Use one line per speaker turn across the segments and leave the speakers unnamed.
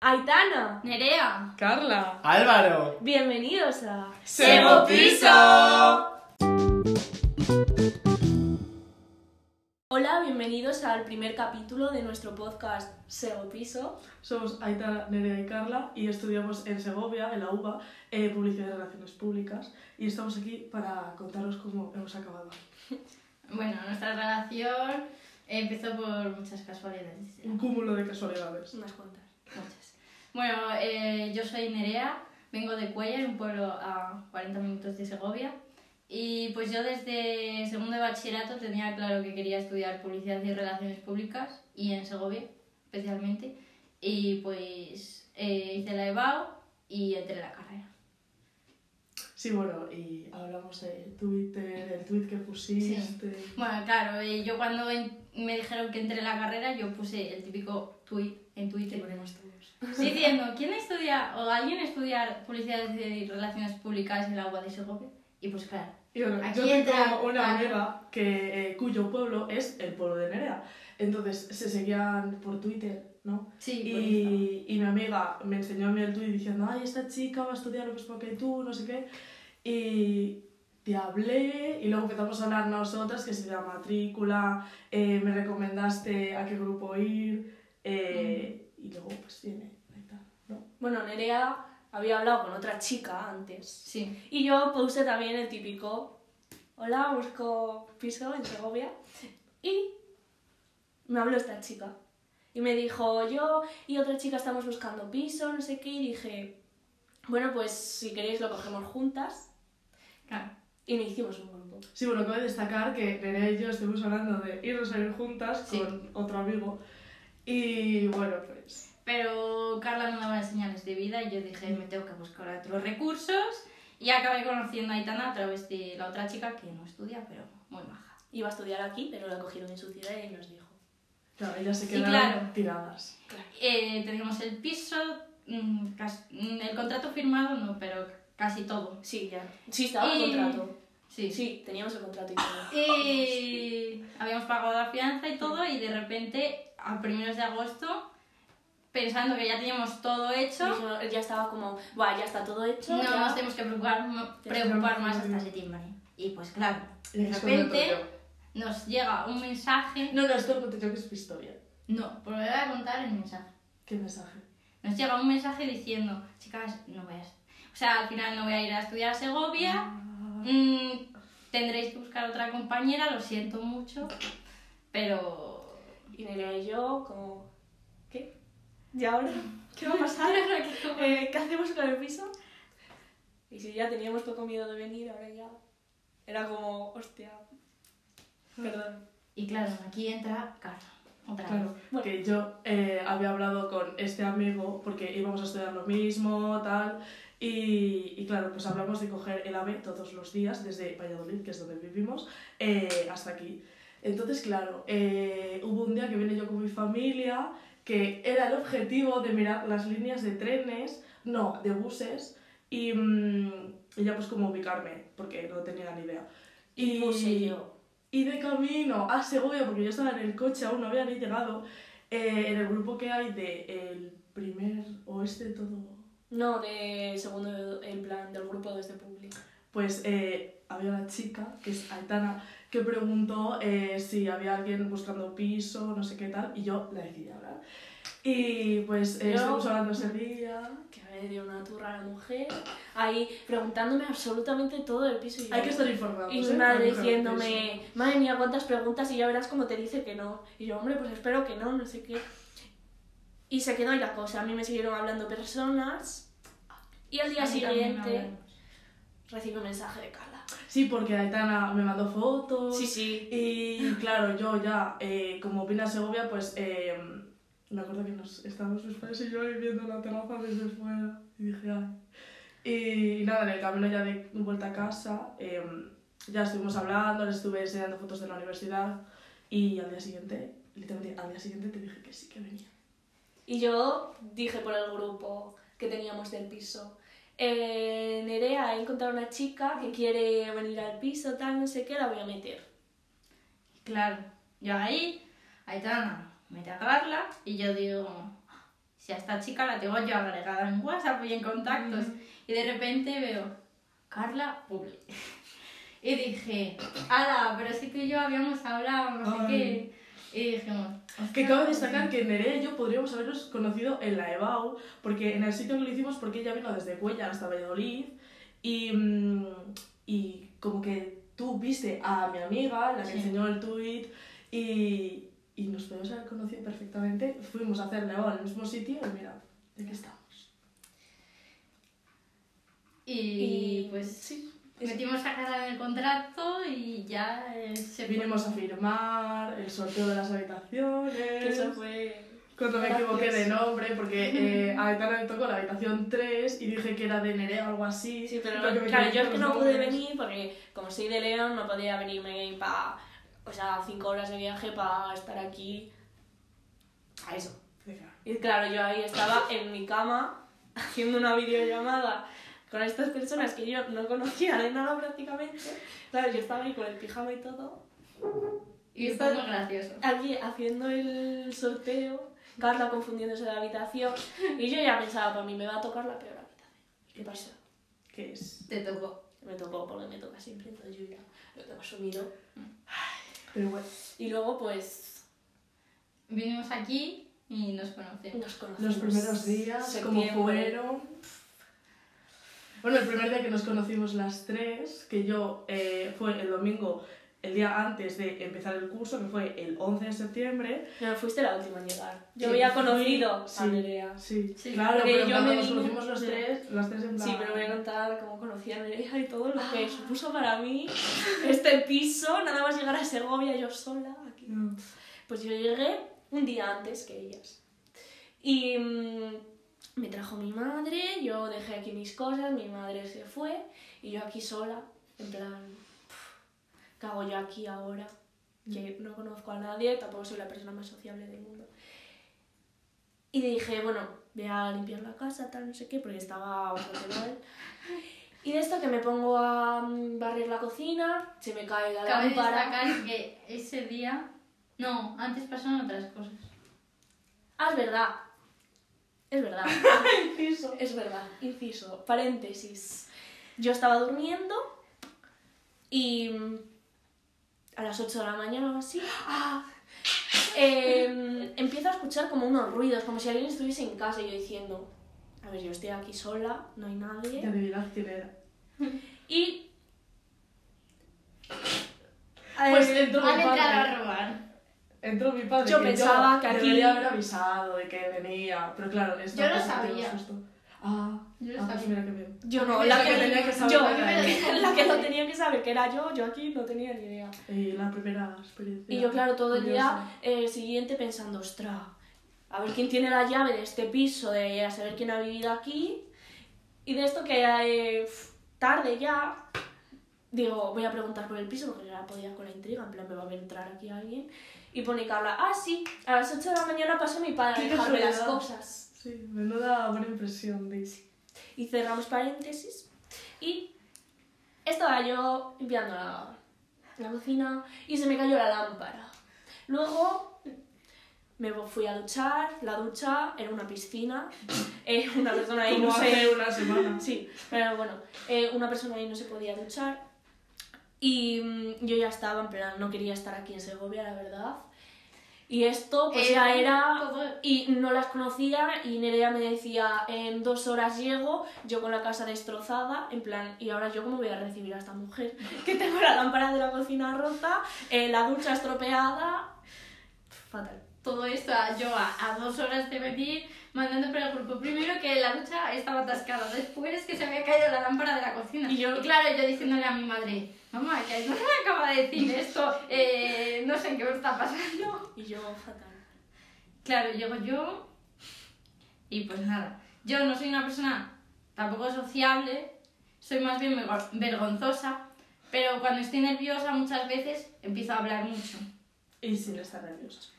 Aitana.
Nerea.
Carla.
Álvaro.
Bienvenidos a...
¡Semo Piso!
Hola, bienvenidos al primer capítulo de nuestro podcast Sego Piso.
Somos Aitana, Nerea y Carla y estudiamos en Segovia, en la UBA, eh, Publicidad y Relaciones Públicas. Y estamos aquí para contaros cómo hemos acabado.
Bueno, nuestra relación empezó por muchas casualidades.
Un cúmulo de casualidades.
Unas cuantas.
Muchas. Bueno, eh, yo soy Nerea, vengo de Cuellar, un pueblo a 40 minutos de Segovia. Y pues yo desde segundo de bachillerato tenía claro que quería estudiar publicidad y relaciones públicas, y en Segovia especialmente. Y pues eh, hice la EBAU y entré en la carrera.
Sí, bueno, y hablamos de Twitter, el tweet que pusiste.
Bueno, claro, eh, yo cuando en- me dijeron que entré en la carrera, yo puse el típico tweet en
Que
Twitter.
ponemos todos.
diciendo quién estudia o alguien estudia publicidad y relaciones públicas en la UBA de Segovia y pues claro
Y bueno,
Aquí
yo tengo
entra-
una
claro.
amiga que, eh, cuyo pueblo es el pueblo de Nerea. Entonces se seguían por Twitter, ¿no?
sí y...
Y, y mi amiga me enseñó a mí el tuit diciendo, ay, esta chica va a estudiar lo mismo que tú, no sé qué. Y te hablé y luego empezamos a hablar nosotras, que si la matrícula, eh, me recomendaste a qué grupo ir. eh, Y luego pues viene, ahí está, ¿no?
Bueno, Nerea había hablado con otra chica antes.
sí
Y yo puse también el típico, hola, busco piso en Segovia. Y me habló esta chica. Y me dijo, yo y otra chica estamos buscando piso, no sé qué. Y dije, bueno, pues si queréis lo cogemos juntas.
claro
Y me hicimos un grupo.
Sí, bueno, cabe destacar que Nerea y yo estuvimos hablando de irnos a ir juntas
Sí.
con otro amigo. Y bueno, pues...
pero Carla no daba señales de este vida y yo dije me tengo que buscar otros recursos y acabé conociendo a Aitana a través de la otra chica que no estudia pero muy maja
Iba a estudiar aquí, pero la cogieron en su ciudad y nos dijo.
Claro, ellas se
Sí,
quedaron
claro.
tiradas.
eh, teníamos el piso mm, cas- mm, el contrato firmado no pero casi todo
Sí, ya. Sí, estaba el
Y-
contrato.
sí
Sí, teníamos el contrato y todo.
Y habíamos pagado la fianza y todo, y de repente, a primeros de agosto, pensando que ya teníamos todo hecho,
Dijimos, ya estaba como, va, ya está todo hecho.
no
ya".
nos tenemos que preocupar, preocupar más hasta septiembre. Y pues claro, de repente nos llega un mensaje.
No, no, esto no te tengo que es historia.
No, pero voy a contar el mensaje.
¿Qué mensaje?
Nos llega un mensaje diciendo, chicas, no vayas. O sea, al final no voy a ir a estudiar a Segovia. mm, tendréis que buscar otra compañera, lo siento mucho. Pero
Y Nerea y yo, como, ¿qué? ¿Y ahora? ¿Qué va a pasar? Eh, ¿Qué hacemos con el piso? Y si ya teníamos poco miedo de venir, ahora ya. Era como, hostia. Mm. Perdón.
Y claro, aquí entra Carla. Otra
Claro,
vez.
Bueno.
que yo eh, había hablado con este amigo porque íbamos a estudiar lo mismo, tal. Y, y claro, pues hablamos de coger el AVE todos los días, desde Valladolid, que es donde vivimos, eh, hasta aquí. Entonces, claro, eh, hubo un día que vine yo con mi familia, que era el objetivo de mirar las líneas de trenes, no, de buses, y, mm, y ya pues como ubicarme, porque no tenía ni idea.
Y puse yo.
Y de camino a Segovia, porque yo estaba en el coche, aún no había ni llegado, eh, en el grupo que hay de el primer oeste todo,
No, de segundo, en plan, del grupo de este público.
pues eh, había una chica, que es Aitana, que preguntó eh, si había alguien buscando piso, no sé qué tal, y yo la decidí hablar. Y pues eh,
Yo-
estuvimos hablando ese día.
Que me dio una turra a la mujer. Ahí preguntándome absolutamente todo del piso. Y yo-
Hay que estar informados.
Y
¿eh?
mi
Para
madre
coger el
diciéndome, madre mía, cuántas preguntas y ya verás cómo te dice que no. Y yo, hombre, pues espero que no, no sé qué. Y se quedó ahí la cosa. A mí me siguieron hablando personas. Y al día
Así también
siguiente
hablamos.
recibí un mensaje de Carla.
piso. Sí, porque Aitana me mandó fotos.
Sí, sí.
Y claro, yo ya, eh, como vine a Segovia, pues eh, me acuerdo que nos estábamos mis padres y yo ahí viendo la terraza desde fuera. Y dije, ay. Y nada, en el camino ya de vuelta a casa, eh, ya estuvimos hablando, les estuve enseñando fotos de la universidad. Y al día siguiente, literalmente al día siguiente, te dije que sí que venía.
Y yo dije por el grupo que teníamos del piso. Eh, Nerea, he encontrado una chica que quiere venir al piso, tal, no sé qué, la voy a meter.
Claro, yo ahí, Aitana, mete a Carla y yo digo, si a esta chica la tengo yo agregada en WhatsApp y en contactos. Y de repente veo, Carla Publi. y dije, ala, pero sí que yo habíamos hablado, no sé
Ay.
qué. Y dijimos,
Que
"Ostras".
cabe destacar que Nerea y yo podríamos habernos conocido en la EBAU, porque en el sitio que lo hicimos, porque ella vino desde Cuellar hasta Valladolid, y, mm, y como que tú viste a mi amiga, la que
Sí.
enseñó el tweet, y, y nos podemos haber conocido perfectamente. Fuimos a hacer la EBAU en el mismo sitio, y mira, ¿de qué estamos?
Y, pues
Mm, sí, eso.
metimos a Carla en el contrato y ya eh, se
Vinimos a firmar, el sorteo de las
Que
habitaciones.
eso fue...
Cuando me
Gracias.
equivoqué de nombre, porque eh, a Aitana le tocó la habitación 3 y dije que era de Nerea o algo así.
Sí, pero
que me
claro,
equivoqué
yo es que
con los
no pude
nombres.
venir porque como soy de León no podía venirme para, o sea, cinco horas de viaje para estar aquí a eso. Y claro, yo ahí estaba en mi cama haciendo una videollamada con estas personas que yo no conocía de nada prácticamente. Claro, yo estaba ahí con el pijama y todo,
Y esto es muy gracioso.
aquí haciendo el sorteo, Carla confundiéndose de habitación y yo ya pensaba, para mí me va a tocar la peor habitación. ¿Y ¿Qué pasó?
¿Qué es?
Te tocó.
Me tocó porque me toca siempre, entonces yo ya lo tengo asumido.
Pero bueno,
Y luego, pues,
Vinimos aquí y nos conocemos.
nos
los
conocimos.
primeros días, como
Septiembre.
fueron. Bueno, el primer día que nos conocimos las tres, que yo eh, fue el domingo, el día antes de empezar el curso, que fue el 11 de septiembre.
No, fuiste la última en llegar. Yo
Sí,
había conocido
sí.
a Nerea.
Sí,
Sí,
claro,
porque
pero
yo
cuando
me
nos
vine-
conocimos los tres, las tres en plan... Ah.
Sí, pero voy a contar cómo conocí a Nerea y todo lo que supuso para mí este piso. Nada más llegar a Segovia yo sola aquí.
Mm.
Pues yo llegué un día antes que ellas. Y mm, me trajo mi madre, yo dejé aquí mis cosas, mi madre se fue y yo aquí sola, en plan, "Puf, ¿qué hago yo aquí ahora? Que no conozco a nadie, tampoco soy la persona más sociable del mundo. Y dije, bueno, voy a limpiar la casa, tal, no sé qué, porque estaba bastante mal. Y de esto que me pongo a mm, barrer la cocina, se me cae la
Cabe
lámpara.
destacar que ese día. No, antes pasaron otras cosas.
Ah, es verdad. Es verdad.
Inciso.
es verdad. Inciso. Paréntesis. Yo estaba durmiendo y mm, a las 8 de la mañana o así ¡ah! em, empiezo a escuchar como unos ruidos, como si alguien estuviese en casa y yo diciendo, a ver, yo estoy aquí sola, no hay nadie.
Y adivinad quién era.
Eh, Y...
Pues
Eh,
entró mi
Han entrado
padre.
a robar.
Entró mi padre.
Yo pensaba que aquí-
Debería haber avisado de que venía, pero claro, esto
Yo lo
casi te
sabía.
asusto. Ah,
Yo lo
ah, pues
sabía.
mira que bien.
yo no, la
Yo
que,
tenía
que saber
yo,
la
verdad.
la que lo tenía que saber, que era yo, yo aquí no tenía ni idea.
Y la primera experiencia.
Y yo, claro, todo el día
curiosa.
eh, siguiente pensando, ostras, a ver quién tiene la llave de este piso, de a saber quién ha vivido aquí. Y de esto que eh, pf, tarde ya, digo, voy a preguntar por el piso porque ya podía con la intriga, en plan, me va a entrar aquí alguien. Y pone Carla, ah, sí, a las 8 de la mañana pasó mi padre a
Qué
dejarme las
casualidad.
cosas.
Sí, menuda buena impresión, Daisy.
Y cerramos paréntesis. Y estaba yo limpiando la, la cocina y se me cayó la lámpara. Luego me fui a duchar. La ducha era una piscina. eh, una persona ahí
Como
no
hace
sé.
una semana.
Sí, pero bueno, eh, una persona ahí no se podía duchar. Y mm, yo ya estaba, en plan, no quería estar aquí en Segovia, la verdad. Y esto, pues
Eh,
ya era.
todo-
Y no las conocía y Nerea me decía, en dos horas llego, yo con la casa destrozada, en plan, ¿y ahora yo cómo voy a recibir a esta mujer? Que tengo la lámpara de la cocina rota, eh, la ducha estropeada. Fatal.
Todo esto a- yo a, a dos horas de venir mandando por el grupo. Primero que la ducha estaba atascada, después que se había caído la lámpara de la cocina.
Y yo-
claro, yo diciéndole a mi madre, mamá, que no se me acaba de decir esto, eh, no sé qué me está pasando.
Y yo, fatal.
Claro, llego yo y pues nada, yo no soy una persona tampoco sociable, soy más bien vergo- vergonzosa, pero cuando estoy nerviosa muchas veces empiezo a hablar mucho.
Y sin estar nervioso.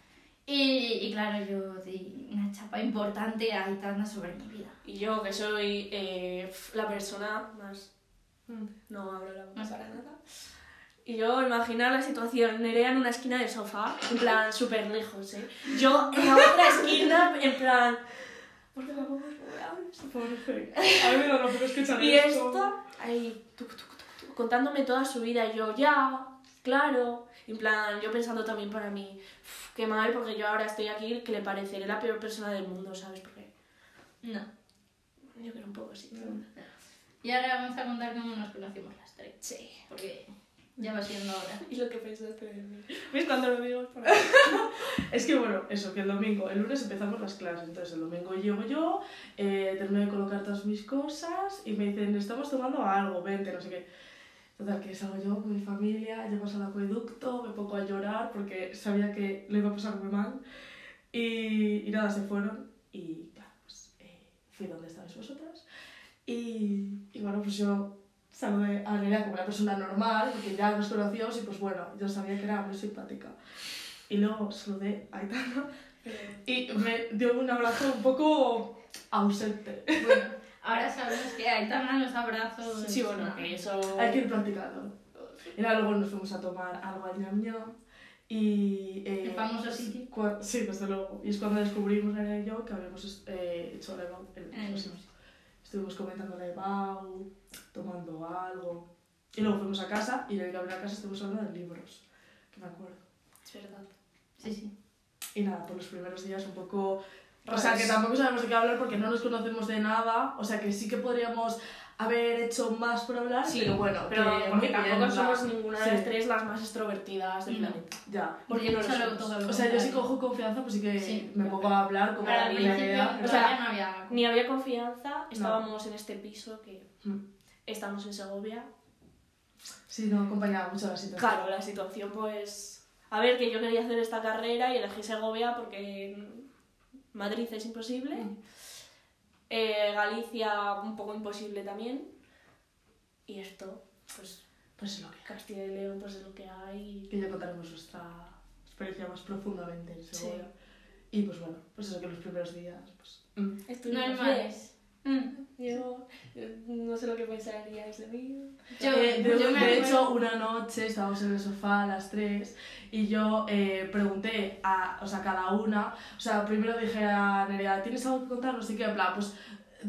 Y, y claro, yo di una chapa importante a Aitana sobre mi vida.
Y yo, que soy eh, la persona más...
Mm.
No abro la boca
Más-
para nada. Y yo, imaginar la situación, Nerea en una esquina del sofá, en plan, súper lejos, ¿eh? Yo en la otra esquina, en plan... Porque me pongo vulnerable.
Pobre Fer. Ay, me lo no puedo escuchar
Y
esto.
esta, ahí, tuc, tuc, tuc, tuc, contándome toda su vida, y yo, ya, claro. En plan, yo pensando también para mí, "Uf, qué mal, porque yo ahora estoy aquí, que le pareceré la peor persona del mundo, ¿sabes? Porque
No.
yo creo un poco así. pero-
Y ahora vamos a contar cómo nos conocimos las tres.
Sí.
Porque ya va siendo hora.
Y lo que pensaste de mí. ¿Ves cuando lo digo? es por-
Es que bueno, eso, que el domingo, el lunes empezamos las clases, entonces el domingo llego yo, eh, termino de colocar todas mis cosas y me dicen, estamos tomando algo, vente, no sé qué. Total, que salgo yo con mi familia, llego al acueducto, me pongo a llorar porque sabía que le iba a pasar muy mal y, y nada, se fueron y claro, pues eh, fui donde estabais vosotras y, y bueno, pues yo saludé a Nerea como una persona normal porque ya nos conocíamos y pues bueno, yo sabía que era muy simpática. Y luego saludé a Aitana y me dio un abrazo un poco ausente.
Bueno, ahora sabemos que Aitana los abrazos.
Sí, bueno,
no.
que eso.
Hay que ir practicando. Y nada, luego nos fuimos a tomar algo al ñam ñam y... eh,
El famoso sitio.
cua- sí, desde luego. Y es cuando descubrimos Nerea y yo que habíamos eh, hecho la EBAU en el
En el
mismo
mismo
sitio. Estuvimos comentando la EBAU, tomando algo. Y luego fuimos a casa y en el que a casa estuvimos hablando de libros, que me acuerdo.
Es verdad.
Sí, sí.
Y nada, por los primeros días un poco... O
Pues-
sea, que tampoco sabemos de qué hablar porque no nos conocemos de nada. O sea, que sí que podríamos haber hecho más por hablar,
Sí,
pero bueno.
Pero
que
porque
muy
tampoco
bien,
somos
va.
ninguna
Sí.
de las tres las más extrovertidas del
No.
planeta.
Ya.
Porque no lo
Solo
somos.
todo lo
O sea, yo sí
contrario.
cojo confianza, pues sí que
Sí.
me pongo a hablar como
Ahora, al
una
principio
idea.
todavía
O sea,
no había.
Ni había confianza, estábamos en este piso que
Mm.
estamos en Segovia.
sí, no acompañaba mucho la situación.
Claro, la situación pues... A ver, que yo quería hacer esta carrera y elegí Segovia porque mm, Madrid es imposible. Eh, Galicia un poco imposible también. Y esto, pues
Pues lo que.
Castilla y León pues es lo que hay.
Que ya contaremos nuestra experiencia más profundamente, seguro.
Sí.
Y pues bueno, pues eso que los primeros días, pues. mm.
Estuvimos bien.
Normales. Mm.
Yo eh, no sé lo que pensaríais de mí.
Yo,
Eh, de,
yo me
de
acuerdo-
hecho, una noche estábamos en el sofá a las 3 y yo eh, pregunté a o sea, cada una, o sea, primero dije a Nerea, ¿tienes algo que contar? No sé qué, en plan, pues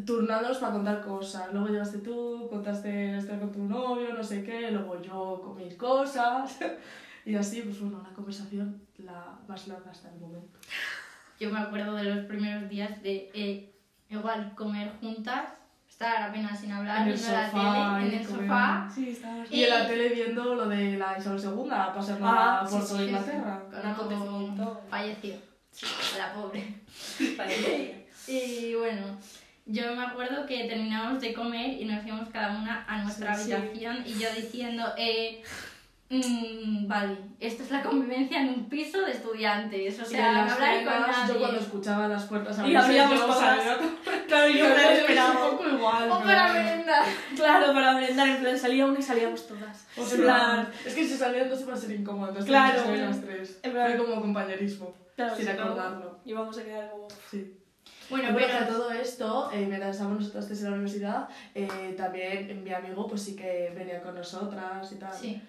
turnándonos para contar cosas. Luego llegaste tú, contaste esto con tu novio, no sé qué, luego yo con mis cosas. Y así, pues bueno, una conversación la más larga hasta el momento.
Yo me acuerdo de los primeros días de eh, igual comer juntas, estar apenas sin hablar,
En el
viendo la
sofá,
tele,
y
en el
comer.
sofá.
Sí, estábamos
Y en la tele viendo lo de la Isabel II, pasando
Ah,
a
sí,
por
sí,
toda
sí,
Inglaterra.
Un acontecimiento.
Falleció. La pobre.
bien.
Y bueno, yo me acuerdo que terminamos de comer y nos íbamos cada una a nuestra
Sí, sí.
habitación y yo diciendo, eh, mm, vale, esto es la convivencia en un piso de estudiantes, o
Y en
sea, no
las
hablar con
cenas,
nadie.
Yo cuando escuchaba las puertas
Y abríamos todas. Claro, yo
me
me lo
esperaba
esperaba.
un poco igual.
O
pero
para
bueno.
merendar.
Claro, para merendar, en plan salía una y salíamos todas.
O sea,
en plan,
es que si salían dos iba a ser incómodo, entonces
Claro.
teníamos que salir las tres.
En plan-
Fue como compañerismo,
claro,
sin
si no,
acordarlo.
íbamos a quedar como.
Sí.
Bueno,
Bueno,
pero
pero todo esto, eh, mientras estábamos nosotras tres en la universidad, eh, también mi amigo pues sí que venía con nosotras y tal.
Sí,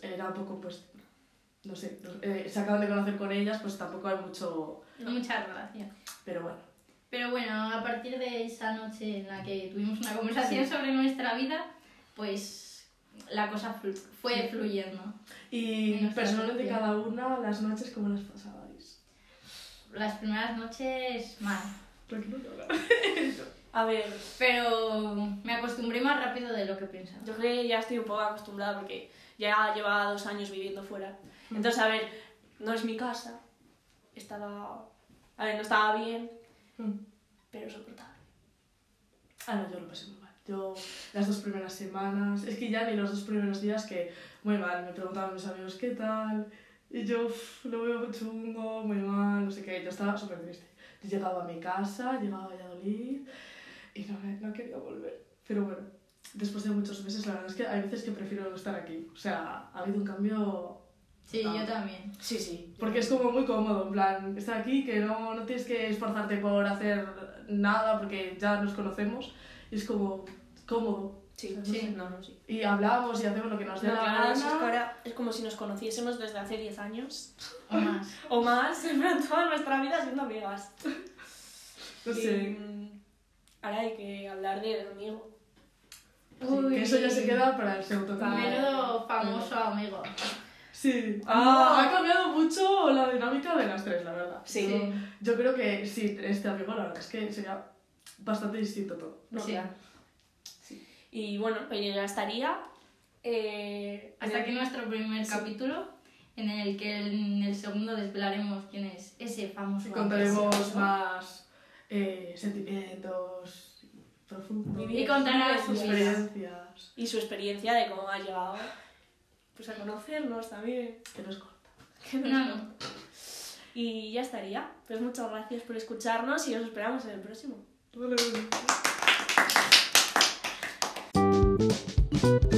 Era un poco pues, no sé, no- eh, se acaban de conocer con ellas, pues tampoco hay mucho,
mucha relación.
pero bueno.
Pero bueno, a partir de esa noche en la que tuvimos una conversación sobre nuestra vida, pues la cosa flu- fue fluyendo.
Y
Menos
personalmente
la
cada una las noches como las pasabais.
Las primeras noches mal,
Tranquilo, no, no.
A ver,
pero me acostumbré más rápido de lo que pensaba.
yo creo que ya estoy un poco acostumbrada porque ya llevaba dos años viviendo fuera. Entonces, a ver, no es mi casa. Estaba. A ver, no estaba bien,
Mm.
pero soportable.
Ah, no, yo lo pasé muy mal. Yo las dos primeras semanas, es que ya ni los dos primeros días que muy mal, me preguntaban mis amigos qué tal, y yo "Uf, lo veo chungo, muy mal, no sé qué, yo estaba súper triste. Yo llegaba a mi casa, llegaba a Valladolid y no, me- no quería volver. Pero bueno, después de muchos meses, la verdad es que hay veces que prefiero no estar aquí. O sea, ha habido un cambio
Sí,
Ah.
yo también.
Sí, sí.
porque es como muy cómodo, en plan, estar aquí, que no, no tienes que esforzarte por hacer nada porque ya nos conocemos. Y es como cómodo.
Sí,
No
sí.
sé.
No, no, sí.
Y hablamos y hacemos lo que nos dé
No,
la
claro, eso es, que
gana.
ahora es como si nos conociésemos desde hace 10 años
O más.
o más, en plan, toda nuestra vida siendo amigas.
No
Y,
sé.
mm, Ahora hay que hablar del amigo.
Que eso ya se queda para el segundo canal.
Menudo famoso amigo.
Sí.
Ah.
Ha cambiado mucho la dinámica de las tres, la verdad.
Sí.
Yo creo que sí, este amigo, la verdad es que sería bastante distinto todo.
O sea,
Y bueno, pues ya estaría. eh,
hasta
en-
aquí nuestro primer capítulo, en el que en el segundo desvelaremos quién es ese famoso
Y
amigo.
contaremos más eh, sentimientos profundos,
Vivir
Y contará su vida.
experiencias
Y su experiencia de cómo ha llegado pues, a conocernos también.
que nos cortan.
No, no.
Y ya estaría. Pues muchas gracias por escucharnos y os esperamos en el próximo.
Vale, vale.